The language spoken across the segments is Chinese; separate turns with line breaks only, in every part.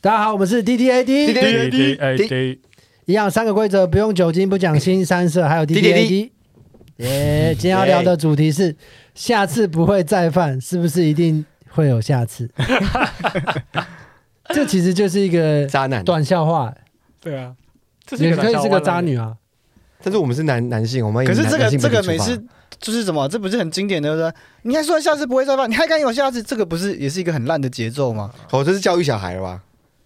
大家好，我们是 D T A D，
滴滴滴
滴，
一样三个规则，不用酒精，不讲新三色，还有 D T A D。耶， 今天要聊的主题是下次不会再犯，是不是一定会有下 次？这其实就是一个
渣男，
啊
短笑话，
对啊，这
也可以
小
是
弯
个
来
渣
的。
女啊。
但是我们是男男性，我们以
可是这
男
个
性
这
为
个
主
每
吧
次就是什么？这不是很经典的说，你还说下次不会再犯，你还敢有下次？这个不是也是一个很烂的节奏吗？
哦，这是教育小孩了吧？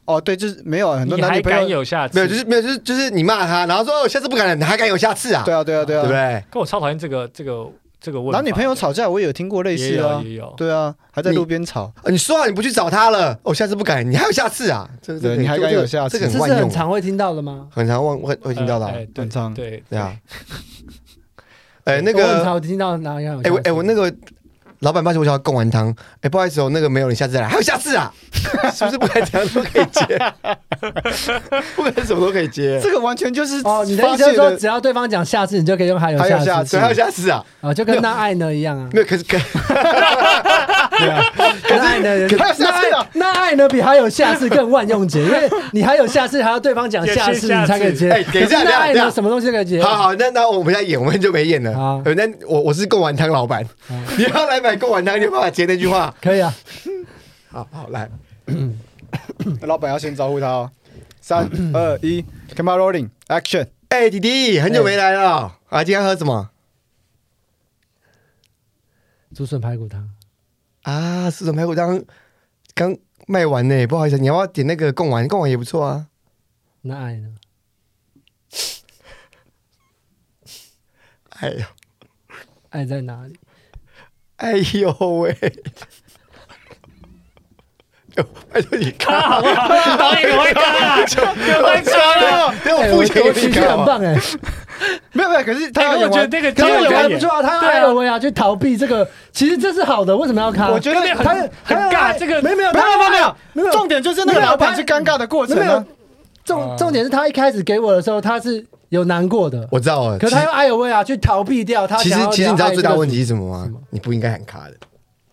哦，对，就是没有很多
你
男
还
女朋
敢
友，
有下次？
没有，就是没有，就是就是你骂他，然后说哦，下次不敢了，你还敢有下次啊？
对啊，对啊，对
对不
啊。
对？
跟我超讨厌这个这个这个问法。
男女朋友吵架，我也有听过类似
也
的
有
啊，
也有，
对啊，还在路边吵，
哦你说好你不去找他了，哦，下次不敢，你还有下次啊？这个这个
对你还敢有下次
这
这
个很
是
万
很
用，啊
常会听到的吗？
很常忘会会听到的啊
呃。哎
很
对
长。
对
对 啊， 哎，那
我很
个，
常听到哪样有下次？
哎我哎我那个老板发现我想要贡丸汤，哎，不好意思哦，那个没有，你下次再来，还有下次 啊？是不是不敢讲都可以接？ 不管什么都可以接。
这个完全就是
哦，你的意
发
思就是
泄
说，
的，
只要对方讲下次，你就可以用还有
还有下
下
次，
次
还有下次啊！
啊，就跟那爱呢一样啊。
没有，可是可
对啊，那爱呢？
可是
那爱那爱呢比还有下次更万用解，因为你还有下次，还要对方讲下次你才可以接。
哎等一下
可是那爱
等一下
呢什么东西都可以接？
好好，那那我们要演，我们就没演了。
好
呃那我我是贡丸汤老板，
啊
你要来买贡丸汤，你有办法接那句话？
可以啊。
好好来，
老板要先招呼他哦。 三二一，Camera rolling action，
哎、弟弟，很久没来了、啊！今天喝什么
竹笋排骨汤，
啊？四种排骨汤刚卖完呢，不好意思，你要不要点那个贡丸？贡丸也不错啊。
那爱呢？
哎呦，
爱在哪里？
哎呦喂！就拜托你
啊
看，
好不好？哎导演赶快看，啊赶快看了。
等哎我哦付钱
哎我
给
情
你
绪
看好
很
不好
棒哎，
没有没有，可是他
哎，
要
可我
演
觉得
完，
这个
他
这
有还
个表
不
演
错啊，他
对啊
艾尔维亚去逃避这个，其实这是好的，为什么要看？
我觉得
这个
他
很
他
很尬，这个
没有没有
没有没有没
他
有没有，重点就是那个老板是尴尬的过程
没有
啊。
嗯
重重点是他一开始给我的时候，他是有难过的，
我知道了。
可是他用艾尔维亚去逃避掉他
其实
想要
其实你知
聊
道
爱
最大
这个
问题
主
是什么吗？你不应该喊卡的。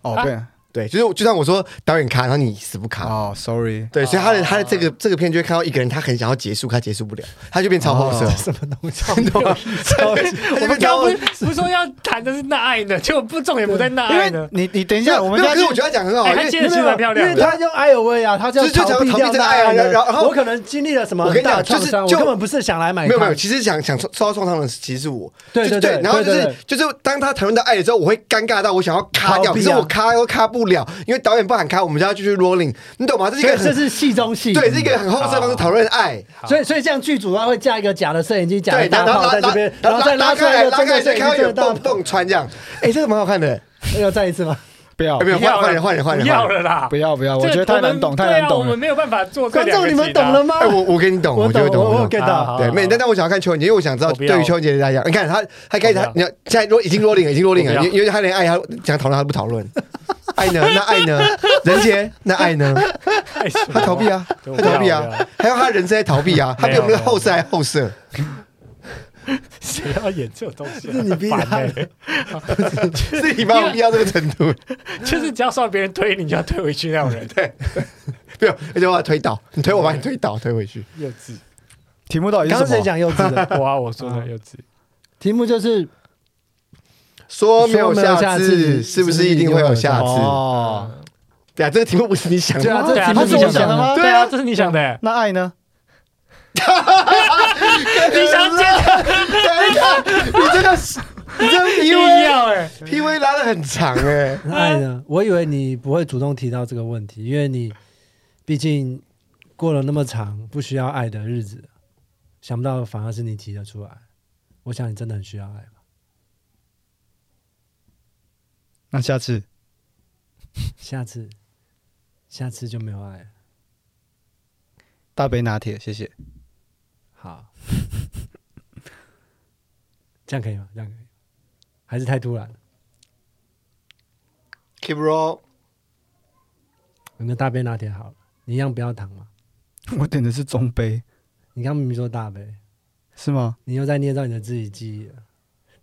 哦对啊，
对，就是就像我说导演卡，然后你死不卡。
哦 sorry，
对，所以他的他的这个这个片就会看到一个人，他很想要结束，他结束不了，他就变超后色，什么东西？你懂吗？我
我们刚刚不是不是说要谈的是那爱呢？就不重点不在那
因
爱
为
呢。
你你等一下，我们
没有
家
可是我觉得他讲很好，
哎
因
他接
为
得其实蛮漂亮的
因为他用艾尔薇啊，他就
就是就
逃避
逃避
掉
这个
那
爱啊
爱的
然后然后
我可能经历了什么
我
很
跟你
大的
讲
创
就是
伤，我
就
根本不是想来买它，
没有没有，其实想想受到创伤的其实是我，
哎对对
就对
对，
然后就
对
是
对
就是当他谈论到爱的时候，我会尴尬到我想要卡掉，
逃避
可
啊
是我卡又卡不了，因为导演不喊卡，我们就要继续 rolling，你懂吗？这是一
对
个
这
很
是戏中戏，
对，是一个很后色方式讨论爱，
所以所以这样剧组他会架一个假的摄影机，假的
对，
大
然后
炮
拉
在这
拉
边，然
然
后
后
再
拉
拉出
开
来一
来，
个
拉
真的摄
开来，再
影
看到
机，真
有
的大
洞
炮，
洞穿这样，哎，这个蛮好看的，
要再一次吗？
不要
哎没有，
哦不要
换
了
换人换人换
不
人
要
换人，
了啦，
不要不要，我
这
觉得太难懂，
我们
太难
对啊，我
懂了
们。没有办法做这
观
两个啊
众你们
解答
懂了吗
哎，？我我给你懂，
我
就会
懂，
懂，
我
我
有
懂
get 到
啊。
对，
好
妹，
好
但但我想要看秋文节，因为我想知道
我不要
对于秋文节大家，你看他，他开始他
我，不
你看现在 roll 已经 rolling 了，已经 rolling 了，因
我不要
为因为他连爱他想讨论他都不讨论，爱呢？那爱呢？人杰那爱呢？
哎什
他
么
逃避啊，
对
他逃避
我不要我不
啊
要，
还有他人生在逃避啊，他比我们的后世还后色。
谁要演这种东西啊？
是你逼
很
他
烦欸
是你把我逼到这个程度，
就是只要受到别人推，你就要推回去那种人，
没有，而且我把他推倒，你推我把你推倒，推回去。
幼稚。
题目到底
刚
是
刚
什
谁
么？
讲幼稚的？
哇，我说的幼稚，
题目就是
说没有
说没有下
下
次
次，是不是一定会有下次？
哦，
对啊，这个题目不是你想
对啊，
的，
这
对啊
题目
这是
我
我
想的
想
的
吗
吗？
对啊，这是你想的欸，
那爱呢？
你想接的
等一下，你这个是你这个
一
PV
样哎，
PV 拉的很长哎。
那爱呢？我以为你不会主动提到这个问题，因为你毕竟过了那么长不需要爱的日子，想不到反而是你提得出来。我想你真的很需要爱吧？
那下次
下次，下次就没有爱了。
大杯拿铁，谢谢。
好，这样可以吗？这样可以吗，还是太突然了。
Keep roll，
我们大杯拿铁好了，你一样不要糖嘛？
我点的是中杯，
你刚明明说大杯，
是吗？
你又在捏造你的自己记忆了。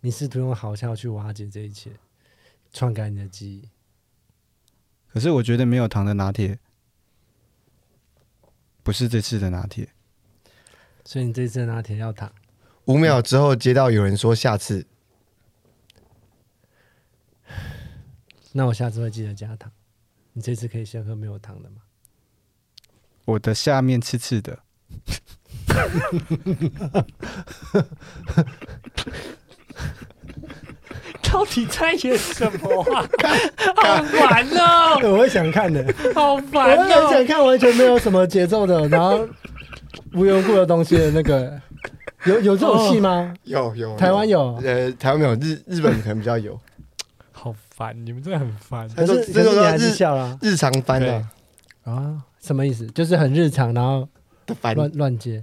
你试图用嚎笑去瓦解这一切，篡改你的记忆。
可是我觉得没有糖的拿铁不是这次的拿铁。
所以你这次的拿铁要糖，
五秒之后接到有人说下次，
那我下次会记得加糖。你这次可以先喝没有糖的吗？
我的下面刺刺的，
到底在演什么啊？好烦哦，
我会想看的，
好
我
烦
会很想
哦！
看完全没有什么节奏的，然后无缘无故的东西的那个，有有这种戏吗？
有有
台湾有，
呃，台湾没有，日日本可能比较有
好烦，你们真的很烦。
可是可
这种
是你还
日
是笑啦
日常翻的
啊？什么意思？就是很日常，然后
的翻，
乱乱接。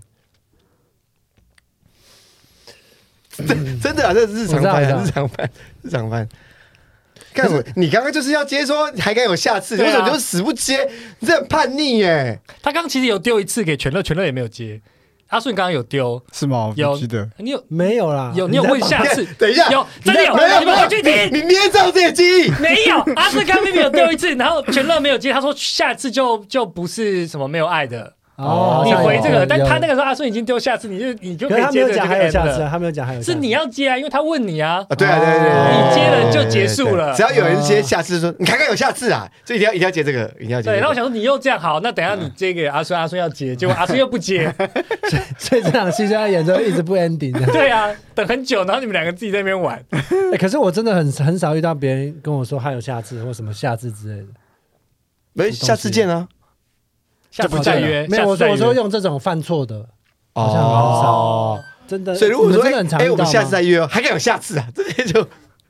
真的啊，这是日常
我
翻
知道
啊，日常翻，日常翻。干我，你刚刚就是要接说还敢有下次，
对啊
为什么你就死不接？你这很叛逆耶！
他刚其实有丢一次给全乐，全乐也没有接。阿顺刚刚有丢，
是吗？我
有
不记得。
你有
没有啦，
有你有
在
问下次？
等一下，
有
你
真的有，
没有
你们回去
没有
听。
你捏造自己的记忆。
没有，阿顺刚明明有丢一次，然后全乐没有接，他说下次就就不是什么没有爱的，
哦，
你
好像
回
有
这个。但他那
有
个时候阿顺已经丢下次，你就你就
可是
可以
他没
接
有
着这
讲
个
还有
M
下次啊，
了。
他没有讲还有下
是
次
你要接啊，因为他问你啊。
啊，对啊，对对对
哦
对，
你接了
就结束
对对
了
对只要有人接，下次说你看看有下次啊，所以一定要一定要接这个，一定要接这
对，
个。
然后我想说你又这样好，那等一下你接 给阿顺，阿顺要接，结果阿顺又不接。
所以这场戏就在演之后一直不 ending 这样。
对啊，等很久，然后你们两个自己在那边玩。
哎、可是我真的很很少遇到别人跟我说还有下次或什么下次之类的，
没下次见啊。
下次再约，
没
下
有
次
我说
再
我
约
说用这种犯错的，好像很少，
哦，
真的。
所以如果
你
说
们真的很常遇
哎，
到
我
吗
们下次再约，哦，还敢有下次啊？这 些就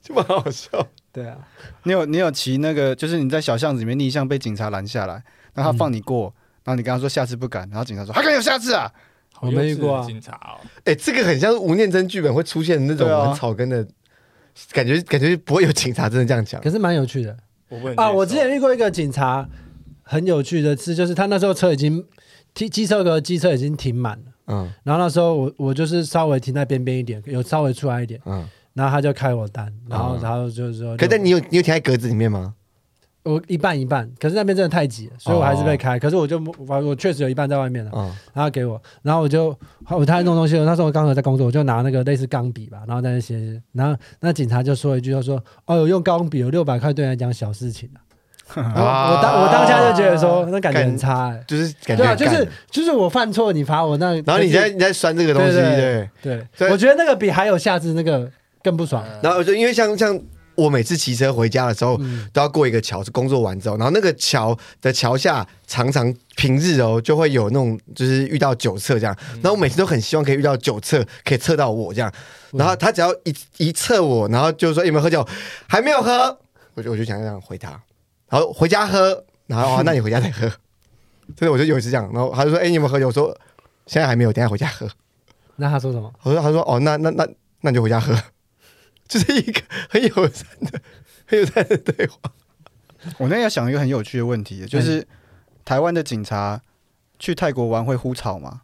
就蛮好笑。
对啊，
你有你有骑那个，就是你在小巷子里面逆向被警察拦下来，然后他放你过，然后你跟他说下次不敢，然后警察说还敢有下次啊？
我没遇过啊
好幼稚的警察哦，
哎，这个很像是吴念真剧本会出现的那
对
种
啊
很草根的感觉，感觉不会有警察真的这样讲
可。是蛮有趣的
我问
啊。我之前遇过一个警察，很有趣的事就是他那时候车已经停机车格机车已经停满了，
嗯
然后那时候我我就是稍微停在边边一点，有稍微出来一点，
嗯，
然后他就开我单，
啊
然后、
嗯
然后就是说，
可但你有你有停在格子里面吗？
我一半一半，可是那边真的太挤了，所以我还
哦
是被开。可是我就我我确实有一半在外面啊了，
嗯
然后给我，然后我就我他在弄东西，那时候我刚好在工作，我就拿那个类似钢笔吧，然后在那写写。然后那警察就说一句，他说：“哦，有用钢笔有六百块，对你来讲小事情啊。然后我当我当下就觉得说，那感觉很差、欸。
就是感觉
对啊，
很
就
干
是就是我犯错，你罚我那，
然后你
就是
在你在酸这个东西，
对对
对。所
对，
以呃
我觉得那个比还有下次那个更不爽。
嗯
然后我就因为像像我每次骑车回家的时候，
嗯
都要过一个桥，是工作完之后，然后那个桥的桥下常常平日哦就会有那种就是遇到酒测这样，然后我每次都很希望可以遇到酒测，可以测到我这样，然后他只要一一测我，然后就说有没有喝酒，还没有喝，我就我就想这样回他，然后回家喝，然后、哦、那你回家再喝，真的我就有一次这样，然后他就说哎、你有没有喝酒，我说现在还没有，等一下回家喝，
那他说什么？
我说他说哦那那那那你就回家喝，就是一个很友善的很友善的对话。
我那天要想一个很有趣的问题，就是台湾的警察去泰国玩会呼吵吗？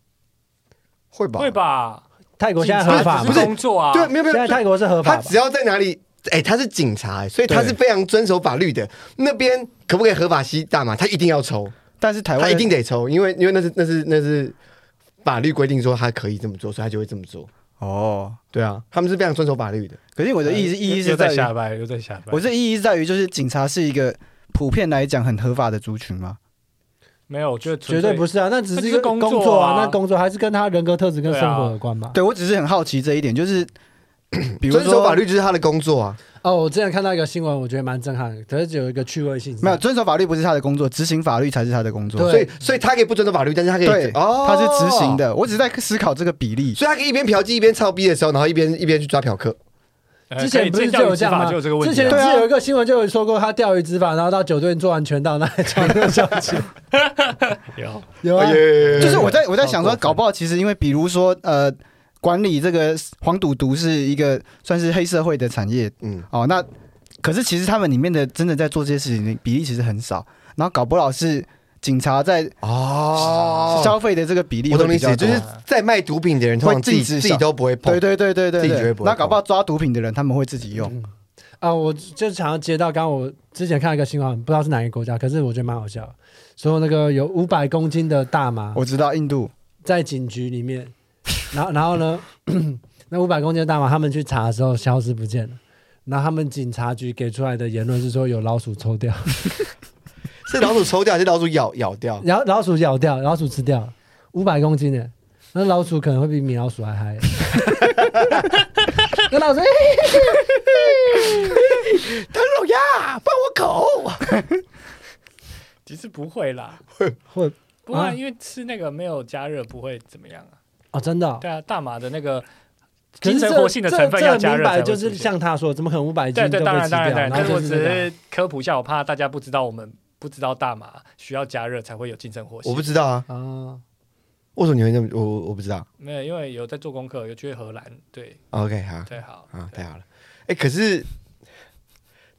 会吧？
会吧？
泰国现在
警察
合法
只
吗
是？工作啊，
对，没有没
现
有，
在泰国是合法
他
吧？
只要在哪里，哎、他是警察、所以他
对
是非常遵守法律的。那边可不可以合法吸大麻？他一定要抽，
但是台湾
他一
的
定得抽，因为因为那是那是那是法律规定说他可以这么做，所以他就会这么做。
哦。
对啊，他们是非常遵守法律的。
可是我的意思意义是
哎又
在
在
于，
下班，又在下班。
我这意义是在于，就是警察是一个普遍来讲很合法的族群嘛。
没有，我觉得
绝对不
是。
是啊，那只是一
那就
个
是工作啊
作啊，那工作还是跟他人格特质跟
对啊
生活有关嘛。
对我只是很好奇这一点，就是比如
遵守
说
法律就是他的工作啊。
哦，我之前看到一个新闻，我觉得蛮震撼的，可是只有一个趣味性。
没有，遵守法律不是他的工作，执行法律才是他的工作。
对
所以所以他可以不遵守法律，但是他可以
对
哦，
他是执行。的，我只是在思考这个比例。
所以他可以一边嫖妓一边操逼的时候，然后一边一边去抓嫖客。
呃
之前不是
可
就
以教
有
育
这
执
样
法
吗？
就有这个问
之
题
前
啊。
不
对
是
啊
有一个新闻就有说过，他钓鱼执法，然后到酒店做完全到那里传个消 息，
有
有啊
哎，
哦
呀
就是我在我在
好
想
过
说，
分
搞不好其实因为比如说呃，管理这个黄赌毒是一个算是黑社会的产业
嗯，
哦，那可是其实他们里面的真的在做这些事情的比例其实很少，然后搞不好是警察在
哦，
消费的这个比例
我
会
懂你
比
意
较
思，
多
就是在卖毒品的人，通常自己
会禁止
自己都不会碰
对。对
自
对对对
己绝对
对
不，会嗯
那搞不好抓毒品的人他们会自己用，
啊，我就常常接到，刚刚我之前看了一个新闻，不知道是哪个国家，可是我觉得蛮好笑的，说那个有五百公斤的大麻
我知道印度
在警局里面，然后然后呢， 那五百公斤的大麻他们去查的时候消失不见了，然后他们警察局给出来的言论是说有老鼠抽掉，
是老鼠抽掉还是老鼠咬咬 掉？
然后老鼠咬掉，老鼠吃掉，五百公斤的，那老鼠可能会比米老鼠还嗨。那老鼠，
唐老鸭，帮我口。
其实不会啦，
会
不会啊、
啊
因为吃那个没有加热不会怎么样啊。
哦，真的哦、
对啊，大麻的那个
可
精
是
神
这
活性的成分
这
要
这
加
明
热才
摆
会
就
出
是
现
像他说，怎么可能五百斤
对
都
对，
被
当然
吃掉？
当然当然，
然后
但是
就
我
是
只
那个
是科普一下，我怕大家不知道，我们不知道大麻需要加热才会有精神活性。
我不知道啊，
啊，
为什么你会那么我我我不知道
没有，因为有在做功课，有去荷兰，对
？OK，好
对好。
好，太好了。哎，可是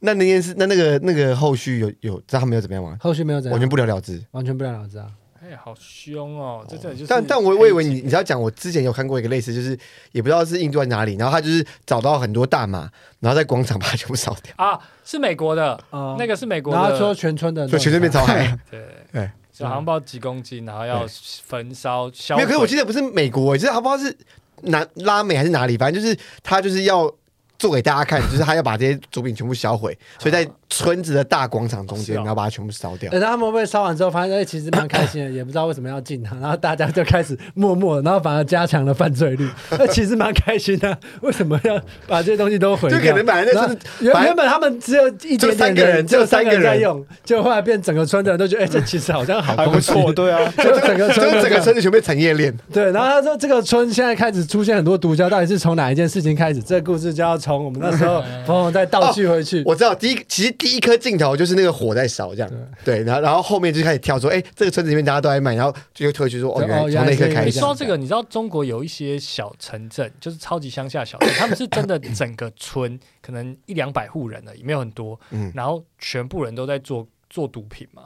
那那件事，那那个那个后续有有知道他们有怎么样吗？
后续没有怎样，
完全不了了之。
完全不了了之啊。
哎，好凶哦！这真的就是，
但但我我以为你你知道讲，我之前有看过一个类似，就是也不知道是印度在哪里，然后他就是找到很多大麻，然后在广场把它全部烧掉，
啊，是美国的，
啊
那个是美国
然后他说哎嗯
的，
全村的，
就全那边，超嗨。
对，
对，
小航包几公斤，然后要焚烧消
没有，可
毁。
是我记得不是美国，就是他不知道是南拉美还是哪里，反正就是他就是要做给大家看，就是他要把这些毒品全部销 毁，所以在村子的大广场中
哦是
间，
哦
然后把它全部烧掉
哎，。那他们被烧完之后，发现哎其实蛮开心的，也不知道为什么要禁他，然后大家就开始默默，然后反而加强了犯罪率。那其实蛮开心的，为什么要把这些东西都毁
就
掉？
可能本来那
然后
是
原
本来
原本他们只有一
就
点
三
点
个人
只有
就三
三
个
个人在
人
用，结果后来变整个村的人都觉得，哎，这其实好像好
还不
东西
错，，对啊，
就整个
就
村
是
的
整
这
个
样
村子全被产业链，
对，然后他说这个村现在开始出现很多毒枭，到底是从哪一件事情开始？这个故事就要从我们那时 候冯冯再倒叙回去。
我知道第一，其实第一颗镜头就是那个火在烧，这样对，然后然后后面就开始跳说，哎，这个村子里面大家都在卖，然后就又推去说，哦，
对
原来
哦
从那一刻
原来是
开
这
你
始
样。
说到这个，你知道中国有一些小城镇，就是超级乡下小镇，他们是 真的整个村可能一两百户人而已，没有很多，
嗯
然后全部人都在做做毒品嘛，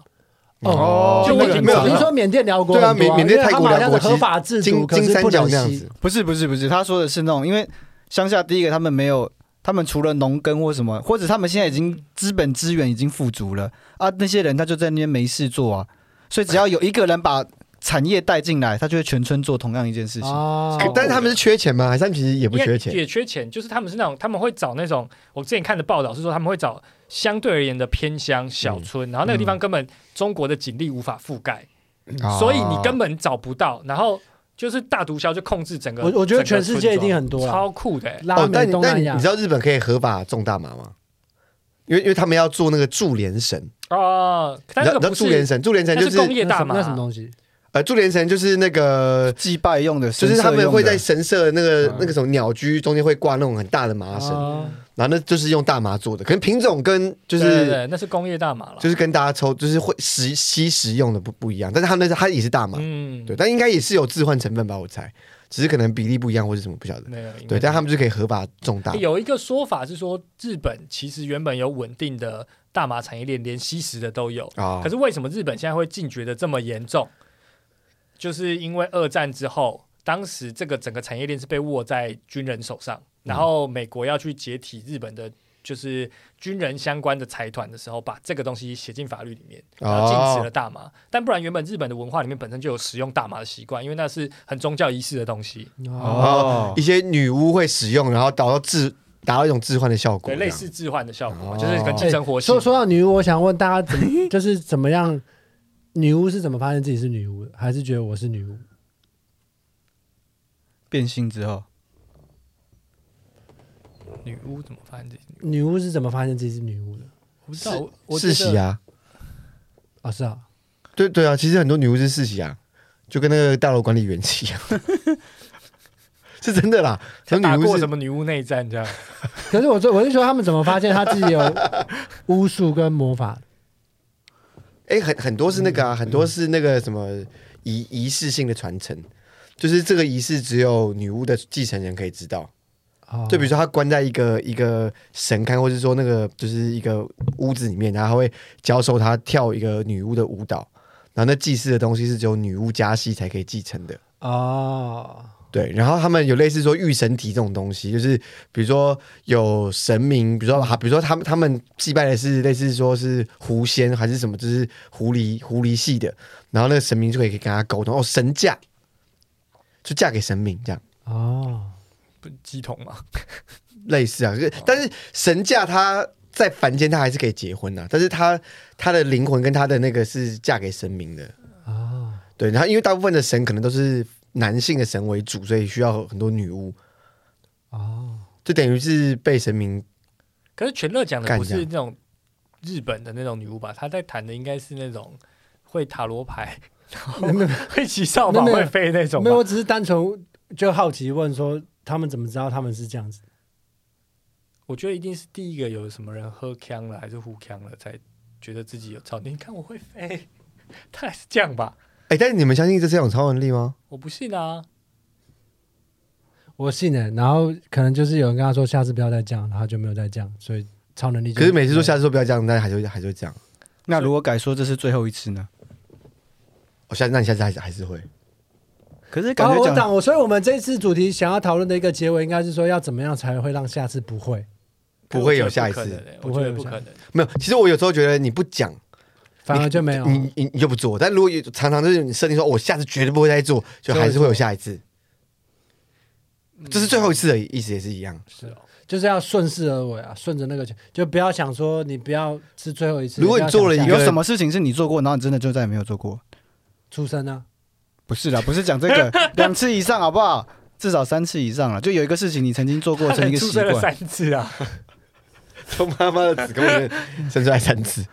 哦
就我已经
没有，
长
你
了
说缅甸、辽国
对啊
很多
缅缅甸
因为他
泰国
们好像
辽国
是合法制毒，
金
可是
金
不
三
能
角那样
吸
子，
不是不是不是，他说的是那种，因为乡下第一个他们没有，他们除了农耕或什么，或者他们现在已经资本资源已经富足了啊，那些人他就在那边没事做啊，所以只要有一个人把产业带进来，他就会全村做同样一件事
啊
情。
哦
可但是他们是缺钱吗？还是他们其实也不
因为
缺钱？
也缺钱，就是他们是那种他们会找那种我之前看的报道是说他们会找相对而言的偏乡
嗯
小村，然后那个地方根本中国的警力无法覆盖，
哦
所以你
哦
根
本
本找不到，然后就是大毒枭就控制整个，
我我觉得全世界一定
很
很多啦，
超酷的、欸，
拉
哦，
美、
但你
东
但
南
你
亚
你知，道日本可以合法种大麻吗？因为因为他们要做那个驻联神，
哦，
你
但
知
那
道
个
你知道
不
驻联神，驻联神
那
就是
工
是
业大麻
那什么东西？
呃驻联神就是那个
祭拜用的，
就是
神社
他们会
用的
在神社的那个
嗯
那个什么鸟居中间会挂那种很大的麻
啊
绳，
哦
然后那就是用大麻做的，可能品种跟就
对对
是
对，那是工业大麻了，
就是跟大家抽就是会吸吸食用的不不一样，但是他们那是它也是大麻，
嗯，
对，但应该也是有置换成分吧，我猜，只是可能比例不一样或是什么不晓得，
没有应该哎
对，但他们就可以合法种大麻。
有一个说法是说，日本其实原本有稳定的大麻产业链，连吸食的都有。
啊
可是为什么日本现在会禁绝的这么严重？就是因为二战之后，当时这个整个产业链是被握在军人手上，
嗯
然后美国要去解体日本的，就是军人相关的财团的时候，把这个东西写进法律里面，
哦
然后禁止了大麻。但不然，原本日本的文化里面本身就有使用大麻的习惯，因为那是很宗教仪式的东西。
哦，
哦
哦，
一些女巫会使用，然后达到致达到一种置换的效果，
对，类
这
似置换的效果嘛，
哦
就是跟寄生活性。
哎说说到女巫，我想问大家怎么 就是怎么样？女巫是怎么发现自己是女巫的？还是觉得我是女巫？
变性之后，
女巫怎么发现自己女
女
巫？
巫是怎么发现自己是女巫的？
我不知道，我
样
我
世袭
啊，
啊，
哦，是啊，
对对啊，其实很多女巫是世袭啊，就跟那个大楼管理员一样， 是真的啦。很多
打
女巫
过
是
什么女巫内战这样？
可是我说，我是说他们怎么发现他自己有巫术跟魔法？
哎、很很多是那
嗯
个啊，很多是那个什么仪仪式性的传承，就是这个仪式只有女巫的继承人可以知道。
哦
就比如说，她关在一个一个神龛，或是说那个就是一个屋子里面，然后她会教授她跳一个女巫的舞蹈，然后那祭祀的东西是只有女巫加戏才可以继承的。
哦，
对，然后他们有类似说御神体这种东西，就是比如说有神明，比如说哈，比如说他们他们祭拜的是类似说是狐仙还是什么，就是狐狸狐狸系的，然后那个神明就可以跟他沟通哦，神嫁就嫁给神明这样，
哦，
不鸡同嘛，
类似啊，就是但是神嫁他在凡间他还是可以结婚的、但是他他的灵魂跟他的那个是嫁给神明的，
啊，
对，然后因为大部分的神可能都是男性的神为主，所以需要很多女巫，
哦，
就等于是被神明
可是全乐讲的
干
不是
这样
那种日本的那种女巫吧？她在谈的应该是那种会塔罗牌，然后会骑扫把、
没有
会飞那种吧
没有，我只是单纯就好奇问说，他们怎么知道他们是这样子？
我觉得一定是第一个有什么人喝呛了，还是互呛了，才觉得自己有超能力。你看我会飞， 他还是这样吧？
哎、但是你们相信这是一种超能力吗？
我不信啊！
我信了，然后可能就是有人跟他说下次不要再这样，然后他就没有再这样，所以超能力就。
可是每次说下次说不要这样，但还是会还是会这样。
那如果改说这是最后一次呢？
我、哦下次那你下次还是还是会
可是感
哦，
觉
我
讲
懂，所以我们这次主题想要讨论的一个结尾，应该是说要怎么样才会让下次不会。
不会有下一次？
我觉得不
不会有下
可
一
能欸。
没有。其实我有时候觉得你不讲，
反而就没有。
你你你就不做。但如果有常常就是你设定说，我哦下次绝对不会再做，就还是会有下一次。这是最后一次的意思也是一 样。
是哦，
就是要顺势而为啊，顺着那个钱，就不要想说你不要是最后一次。
如果你
不要想
做了一个
下
有什么事情是你做过，然后你真的就再也没有做过？
出生啊，
不是啦，不是讲 这个，两次以上好不好？至少三次以上了，就有一个事情你曾经做过
他
成
才
一个
出
习
生了
惯，
三次啊！
从妈妈的子宫里面生出来三次，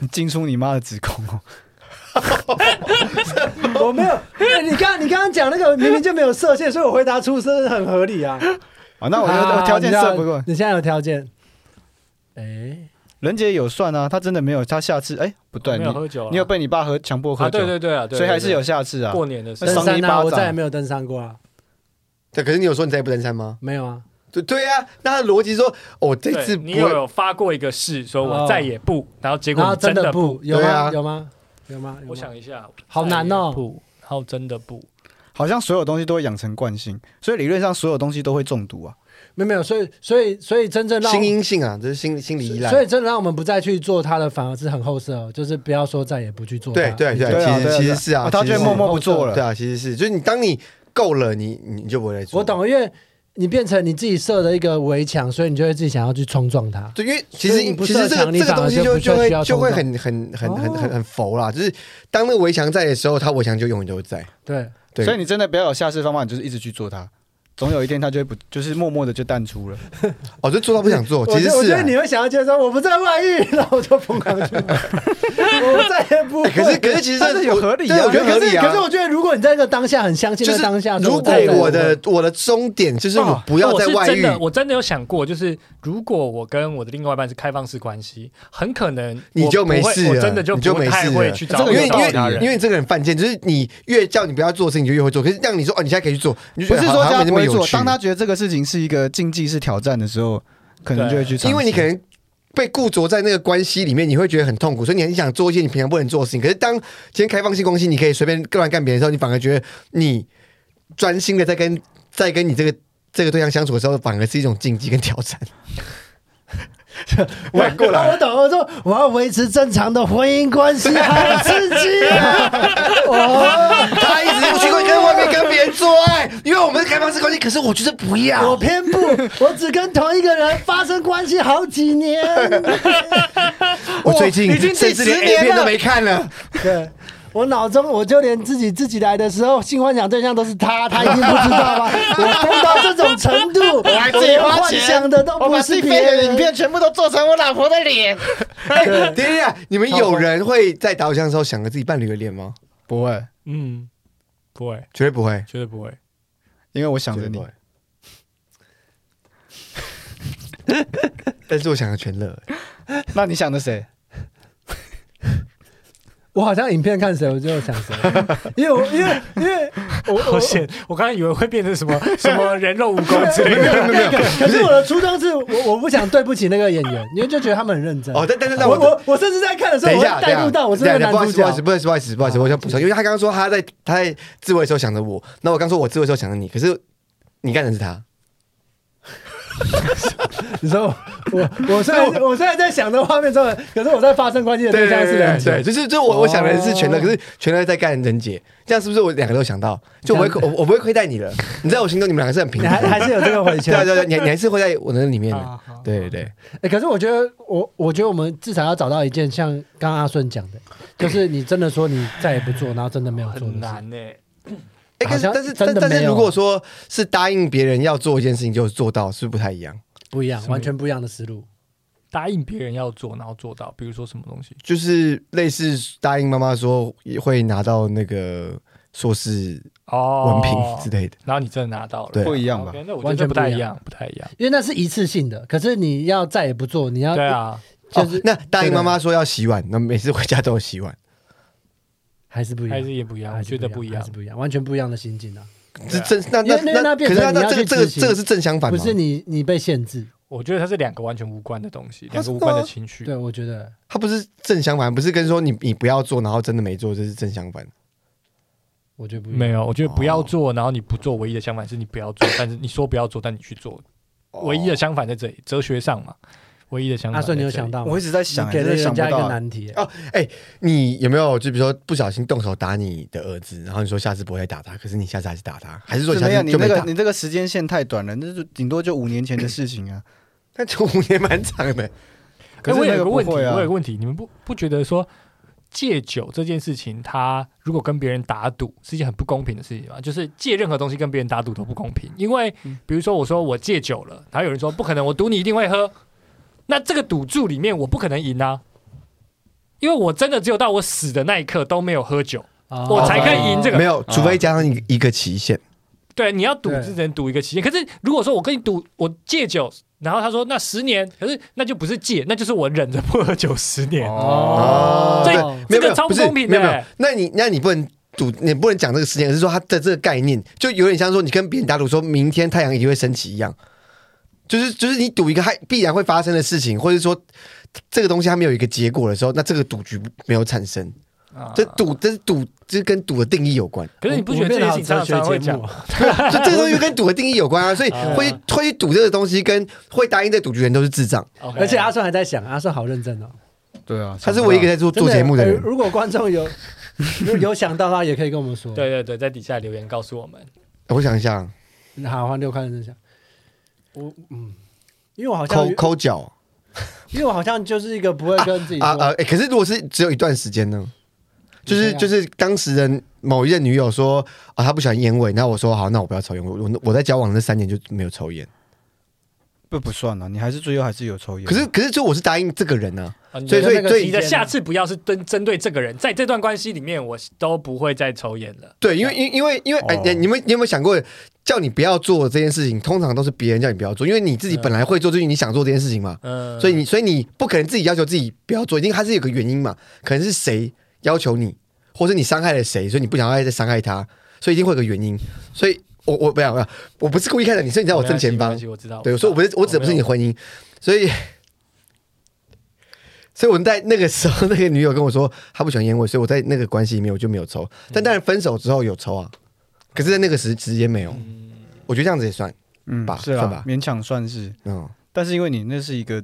你进出你妈的子宫哦。
我没有。哎你刚你刚刚讲那个明明就没有射线，所以我回答出生很合理啊。
啊，那我觉
啊
得条件设不过
你知道。你现在有条件，哎、
人杰有算啊，他真的没有，他下次哎、不对，
没
你
有喝酒啊，
你有被你爸喝强迫喝
啊？
酒，
对对对啊，对
所以还是有
对
下次
对
啊。
过年的时
登
候
那，赏你
山
一
啊，
巴掌
我再也没有登山过啊，
对。可是你有说你再也不登山吗？
没有啊。
对对啊，那他的逻辑说，我、这
对
次不
你有
会，
有发过一个誓，说
哦
我再也不，然后结
然
果
后
你
真
的
的，不有吗,、
对啊
有吗？有吗？有吗
我想一下，
哎好难哦
再也不，然后真的不，
好像所有东西都会养成惯性，所以理论上所有东西都会中毒啊。
没有没有，所以所以所以真正让
心因性啊，这是心心理依赖
所。以真的让我们不再去做它的，反而是很后设哦，就是不要说再也不去做它。
对对对，
对啊
其
对
实
啊
其
对
实
啊
是啊，
啊他
其实
就
是
会默默不做了。
对啊，其实是，就是你当你够了，你你你就不会来做。
我。懂，因为你变成你自己设的一个围墙，所以你就会自己想要去冲撞它。
对，因为其
所
实
以你不
其实
设
这
墙
个
你
这个
反而
东西
就
就
不需
就
要
会
需要
就
冲
会
撞
很很很很很
哦
很佛啦，就是当那个围墙在的时候，它围墙就永远都在。
对，
对，
所以你真的不要有下次方法，你就是一直去做它，总有一天它就会不，就是默默的就 淡出了。
哦，就做到不想做，
我
其实
觉得我
是
觉
啊、
得你会想要接受我不再外遇，然后我就疯狂 去，我再也不会。
哎可是可是其实
但是有合理啊
对，我觉
可
得合
是
理啊。
可是我觉得，如果你在那个当下很相信
就
那
是
个当下，
如果
所以再也不
我
会
的我的终点就是我
哦
不要再外
我是真
遇，
的，我真的有想过，就是如果我跟我的另外一半是开放式关系，很可能我
你就没
不会
事
我
了
真的就
你就
不
没
太
事
会
了
去
这
找
个
因
有
为因
道
为
理
他人
因。为这个很犯贱，就是你越叫你不要做的事情，你就越会做。可是让你说哦，你现在可以去做，你就
不
觉
是
得
说
好
他
像没那
不
么
会
有
做，
趣。
当他觉得这个事情是一个竞技是挑战的时候，可能就会去尝试。
因为你可能被固着在那个关系里面，你会觉得很痛苦，所以你很想做一些你平常不能做的事情。可是当今天开放性关系，你可以随便乱干别人的时候，你反而觉得你专心的在跟 在跟你这个这个对象相处的时候，反而是一种竞技跟挑 战。玩过
啊
来，
我懂，我说我要维持正常的婚姻关系，好刺激啊！我
他一直不去会跟外面跟别人做爱，因为我们是开放式关系，可是我就是不
我
要。
偏不，我只跟同一个人发生关系好几年。
我最近
已经
甚
第
至
十
连
年
A 片都
了
没看了。
对，我脑中我就连自己自己来的时候，性幻想对象都是他，他一定不知道吗？我疯到这种程度，我
还自己
连
花钱
幻想的都
我
不
把
是
自己
别
飞的
人
影。片全部都做成我老婆的脸，
哎，等一下，你们有人会在打手枪的时候想着自己伴侣的脸吗？
不会，
嗯，不会，
绝对不会，
绝对不会。
因为我想
绝
着
对
你
不会。 但是我想的全乐，
那你想的谁？
我好像影片看谁我就想谁，因为我因为因为我
好啊
我
险！我刚才以为会变成什么什 么人肉 蜈蚣之类
没
的。
有没有没有，
可是我的初衷是我我不想对不起那个演员，因为就觉得他们很认真。
哦，但但是但
我
我
我我甚至在看的时候，
等一
我
下，
会带入到我是那
对
个
对，
男
不好
主
意思，
角
不好意。思，不好意思，不好意思，不好意思，我想补充，因为他刚刚说他在他在自慰的时候想着我，那我刚说我自慰的时候想着你，可是你干的是他，
你说我我我虽 然我虽然在想着画面中的，可是我在发生关系的对象是人杰哦
对，。就是就我我想的是全乐，可是全乐在干人杰，这样是不是我两个都想到？就我会我我不会亏待你了，你在我心中你们两个是很平
你还
等
还
的，
是哦有这个回
对
圈，
啊对啊对啊，你你还是会在我的里面的，
啊好
对对对，
哎、可是我觉得，我我觉得我们至少要找到一件像刚刚阿顺讲的，就是你真的说你再也不做，然后真的没有做的
很
事。
难呢、
哎，可
好
是
像
但是
真
但
的
但
没
是
有
如果说是答应别人要做一件事情就做到，是不是不太一样？
不一样，完全不一样的思路。
答应别人要做，然后做到，比如说什么东西？
就是类似答应妈妈说会拿到那个硕士
哦，
文凭之类的。
然后你真的拿到了，哦
对
不一样吧
OK，那我
完
觉
全
得
不
不太
一
一
样
样，不太一样。
因为那是一次性的，可是你要再也不做，你要
对啊，
就是、
哦、那答应妈妈说要洗碗，那每次回家都有洗碗，
还是不一样，
还是也不一样，我
还是
觉得不一
还
样
啊是。不一样，完全不一样的心境啊！
这
对啊
正那
因为那
那
那
可
变
是
成
那
你
那
要
这个
去
这个
执行
这个是正相反
不
吗？
是你你被限制，
我觉得它是两个完全无关的东西，两
是
个
吗
无关的情绪。
对我觉得
他不是正相反，不是跟说你你不要做，然后真的没做，这是正相反。
我觉得不一样。
没有，我觉得不
哦
要做，然后你不做，唯一的相反是你不要做，但是你说不要做，但你去做，哦唯一的相反在这里，哲学上嘛，唯一的相
哦阿
反。
顺，你有想？到吗？
我一直在
啊你
想、欸，
给
真
了
的
人
想不
家一个
到欸、
难题、欸
哦你有没有就比如说不小心动手打你的儿子，然后你说下次不会再打他，可是你下次还是打他，还是说你
怎
下
么
次
样？你
就
那
没
个
打？
你这个时间线太短了，那就顶多就五年前的事情啊。
那就五年蛮长的，
可
哎，
是
我
那
有个
不
问题，
会啊
我有个问题，你们不不觉得说戒酒这件事情，它如果跟别人打赌是一件很不公平的事情吗？就是戒任何东西跟别人打赌都不公平，因为比如说我说我戒酒了，然后有人说不可能，我赌你一定会喝，那这个赌注里面我不可能赢啊，因为我真的只有到我死的那一刻都没有喝酒。
哦
我才可以赢这
啊
个啊
没有，除非加上一个一个期限。
对，你要赌
对
只能赌一个期限。可是如果说我跟你赌，我戒酒，然后他说那十年，可是那就不是戒，那就是我忍着不喝酒十年。
哦
哦，
这
对
没有
这个
没有
超
不
不
是
公平
没
的
有没有，那你那你不能赌，你不能讲这个事情，而是说他的这个概念就有点像说你跟别人打赌，说明天太阳一定会升起一样，就是就是你赌一个还必然会发生的事情，或者说这个东西它没有一个结果的时候，那这个赌局没有产生。
啊
这赌这是赌，这跟赌的定义有关，
可是你不觉得这件事情常常会讲？
就这个东西跟赌的定义有关啊，所以会会去赌这个东西，跟会答应这赌局的人都是智障，
而且阿
啊，
顺还在想，阿顺好认真哦。
对啊，
他是唯一一个在做
真
做节目的
呃
人。
如果观众有 有有想到的话，也可以跟我们说。，
对对对，在底下留言告诉我们。
我想一下，啊
好，换六块认真想。我嗯，因为我好像
抠，抠脚
因为我好像就是一个不会跟自己
啊啊
说，！
哎可是如果是只有一段时间呢？就
你
是
看看
就是当时的某一任女友说啊，她不喜欢烟味，那我说好，那我不要抽烟。我我我在交往的那三年就没有抽烟，
不不算了，你还是最后还是有抽烟。
可是可是就我是答应这个人啊，
啊
所以所以
那个
所
你
以
期间
的下次不要是针针对这个人，在这段关系里面，我都不会再抽烟了。
对，因为因因为因为哎、
哦
你们你有没有想过，叫你不要做这件事情，通常都是别人叫你不要做，因为你自
啊
己本来会做，就是你想做这件事情嘛，
嗯，
所以你所以你不可能自己要求自己不要做，一定还是有个原因嘛，可能是谁要求你，或是你伤害了谁，所以你不想要再伤害他，所以一定会有个原因，所以我我不要不要，我不是故意看着你，所以你在我正前
没
方
关，系，我知道。
对，
知道
所以我不是我指的不是你的婚姻，所以。所以我在那个时候，那个女友跟我说她不喜欢烟味，所以我在那个关系里面我就没有抽。但当然分手之后有抽啊，可是在那个时时间没有。我觉得这样子也算，
嗯
吧
是
算
啊
吧，
勉强算是。
嗯，
但是因为你那是一个，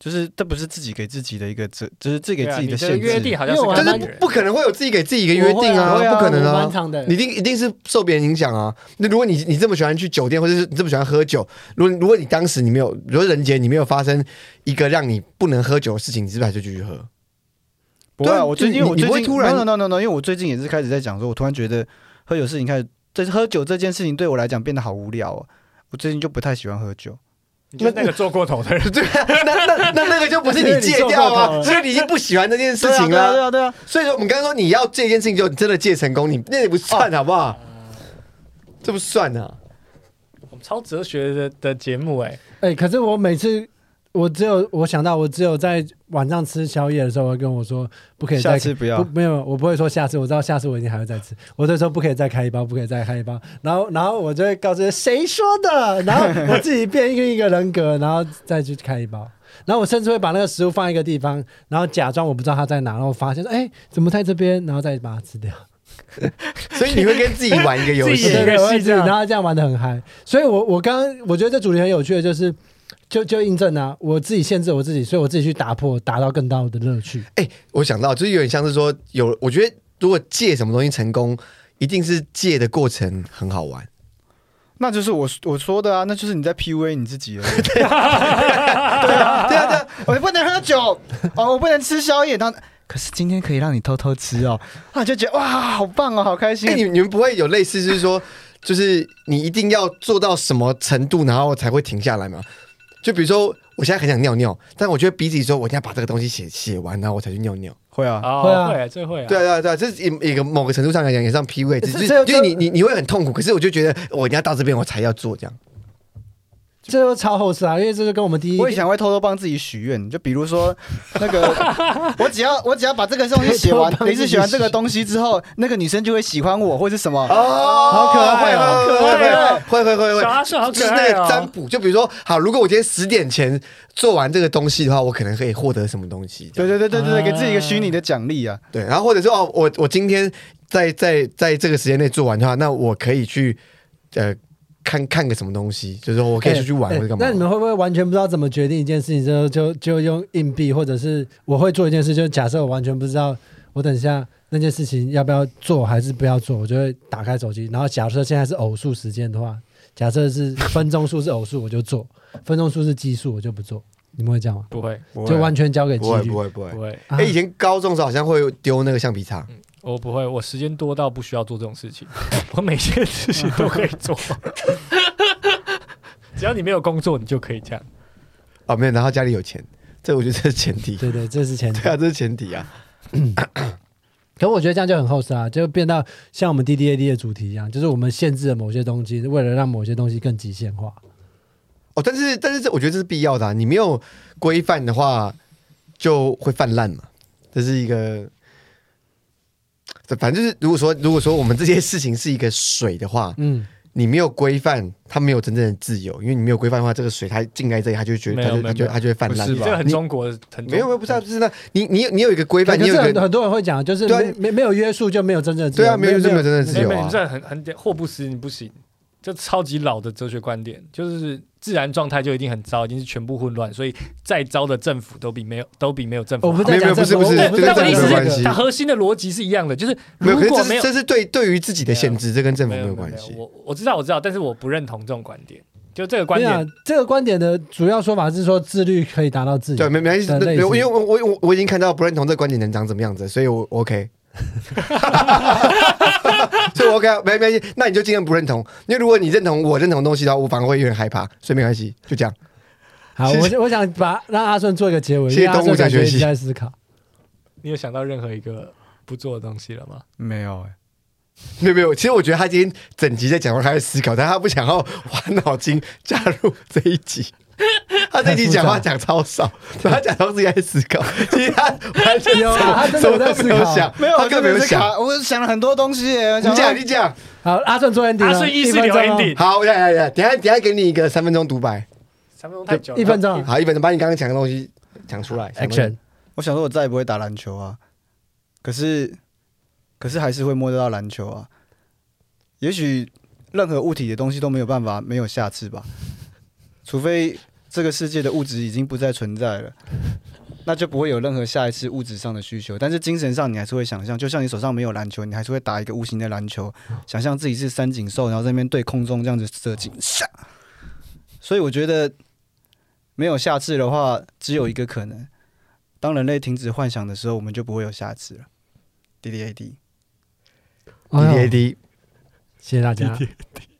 就是这不是自己给自己的一个责，就是自己
对
给
啊
自己
你
的
这个
限
约
制。
定好像
因为我
是
还
但
蛮
是
跟别人
不不可能会有自己给自己一个约定
我会
啊，
啊
不可能
我
啊
蛮，长的
你一定一定是受别人影响啊。那如果你你这么喜欢去酒店，或者是你这么喜欢喝酒，如果如果你当时你没有，如果人杰你没有发生一个让你不能喝酒的事情，你是不是还是继续 喝？
不会
对啊
啊，我最
就
近
你
我最
你不会
近
突然
no no no no no，因为我最近也是开始在讲说，我突然觉得喝酒事情开始，这喝酒这件事情对我来讲变得好无聊哦。我最近就不太喜欢喝酒。
你就是那个做过 头的人，
对啊，那那那那个就不是你戒掉啊，所以你已经不喜欢这件事情
对啊对
了。啊
啊对啊，对啊
所以说我们刚刚说你要戒一件事情，就你真的戒成功，你那也不算好不好？这不算啊。
我们超哲学的的节目哎，
哎，可是我每次我只有我想到，我只有在晚上吃宵夜的时候，我会跟我说不可以再
下次不要
没有，我不会说下次，我知道下次我一定还会再吃，我就说不可以再开一包，不可以再开一包，然后然后我就会告诉谁说的，然后我自己变一个一个人格，然后再去开一包。然后我甚至会把那个食物放一个地方，然后假装我不知道它在哪，然后发现说，哎，怎么在这边？然后再把它吃掉。
所以你会跟自己玩一个游
自
戏
己。演一个戏这样
然后这样玩的很嗨。所以我我刚刚我觉得这主题很有趣的就是。就就印证啊，我自己限制我自己，所以我自己去打破，达到更大的乐趣。
哎、我想到就是有点像是说有，我觉得如果借什么东西成功，一定是借的过程很好玩。
那就是我我说的啊，那就是你在 PUA 你自己了。 对啊，对啊，对啊，我不能喝酒，哦，我不能吃宵夜，但可是今天可以让你偷偷吃哦，啊，你就觉得哇，好棒哦，好开心
哎、。你你们不会有类似就是说， 就是你一定要做到什么程度，然后才会停下来吗？就比如说，我现在很想尿尿，但我觉得逼自己说，我一定要把这个东西写写完，然后我才去尿尿。
会啊，
哦
会啊
会啊，这会啊，
对啊，对啊，对啊，这是一一个某个程度上来讲也像 P 位，只是
哎这这
就是你你你会很痛苦，可是我就觉得我一定要到这边我才要做这样。
这就超后事啊，因为这就跟我们第一
我以前会偷偷帮自己许愿，就比如说那个，我只要我只要把这个东西写完
偷偷，帮
每
自己
次
许
写完这个东西之后，那个女生就会喜欢我，或是什么。
哦，
好可爱哦
会
可爱哦
会会会会会，
小阿顺好
就
可
是
爱
那个占
哦。
卜，就比如说，好，如果我今天十点前做完这个东西的话，我可能可以获得什么东西？
对
对
对对对对，
啊
对给自己一个虚拟的奖励啊！
对，然后或者说，哦，我我今天在在在这个时间内做完的话，那我可以去呃看看个什么东西，就是说我可以出去玩
哎
或者干嘛？
那你们会不会完全不知道怎么决定一件事情之后，就就用硬币，或者是我会做一件事，就假设我完全不知道我等一下那件事情要不要做还是不要做，我就会打开手机，然后假设现在是偶数时间的话，假设是分钟数是偶数，我就做；分钟数是奇数，我就不做。你们会这样吗？
不会
就完全交给
不
几
会
率
不。会不会
不。会，
啊
哎、以前高中的时候好像会丢那个橡皮擦，
嗯
我哦不会，我时间多到不需要做这种事情， 我每件事情都可以做， 只要你没有工作，你就可以这样。
哦，没有，然后家里有钱，这我觉得这是前 提。
对对，这是前提
对。啊，这是前提啊。
可我觉得这样就很厚实啊，就变到像我们 D D A D 的主题一样，就是我们限制了某些东西，为了让某些东西更极限化。
哦，但是但是这我觉得这是必要的、啊，你没有规范的话就会泛滥嘛，这是一个。这反正就是，如果说如果说我们这些事情是一个水的话，
嗯，
你没有规范，它没有真正的自由，因为你没有规范的话，这个水它进来这里，它就会觉得
没
它
有
就
没
它
有
就它就会泛滥，
你这个很
你
中国，很中
没有没有不是啊，就是那，你你你有一个规
可
范，你有
是
一
很
个
很多人会讲，就是
对啊
没没没有约束就没有真正的自由
对啊，没有就没有真正的
没
自
有
由
没有，你
啊。
这很很很霍布斯，你不行，这超级老的哲学观点，就是自然状态就一定很糟，已经是全部混乱，所以再糟的政府都比没有都比没有政府
我
好。
不在
没有没
讲
有
这个
不是不是
我
这
但
跟政
我的意
府
思
没有
这
关
个啊
是，
系
它核心的逻辑是一样的，就是
没有，
如
可是
果
这是
没有
这是对对于自己的限制，这跟政府没有关系
没有。我我知道我知道，但是我不认同这种观点，就这个观
我
点
想这个观点的主要说法是说自律可以达到自
对，
由。
没没关系，
的
那
类
没
似
有因为我我我我已经看到不认同这观点能长怎么样子，所以我我 OK，所以我 OK，啊没没关系，那你就尽量不认同，因为如果你认同我认同的东西的话，我反而会有点害怕，所以没关系，就这样。
好，
谢谢
我我想把让阿顺做一个结尾，
谢谢
因为阿
动物
顺
在
感觉
学
一直
习
在思考。
你有想到任何一个不做的东西了吗？
没有
欸
哎，
没有没有，其实我觉得他今天整集在讲话，他在思考，但他不想要花脑筋加入这一集。 他这一集讲话讲超少，他讲到自己在思考，其实他完全
有啊
什
他
么
真的
什
有在思
么都没有
考
想，
没有，
他根本没有
是
想。
卡，我想了很多东西耶。我
你
想
讲，你讲。
好，阿顺做 ending
阿
了，
顺意
一
识
分
流
钟哦
ending，
好，我来来来，等一下等一下给你一个三分钟独白，
三分钟太久了，
一分钟
好，一分钟把你刚刚讲的东西讲出来。三分钟
，action。
我想说，我再也不会打篮球啊。可是，可是还是会摸得到篮球啊。也许任何物体的东西都没有办法没有下次吧，除非这个世界的物质已经不再存在了，那就不会有任何下一次物质上的需求。但是精神上，你还是会想象，就像你手上没有篮球，你还是会打一个无形的篮球，想象自己是三井寿，然后在那边对空中这样子射进，下。所以我觉得没有下次的话，只有一个可能。当人类停止幻想的时候，我们就不会有下次了。D D A D，
哎呦
D A D，
谢谢大家。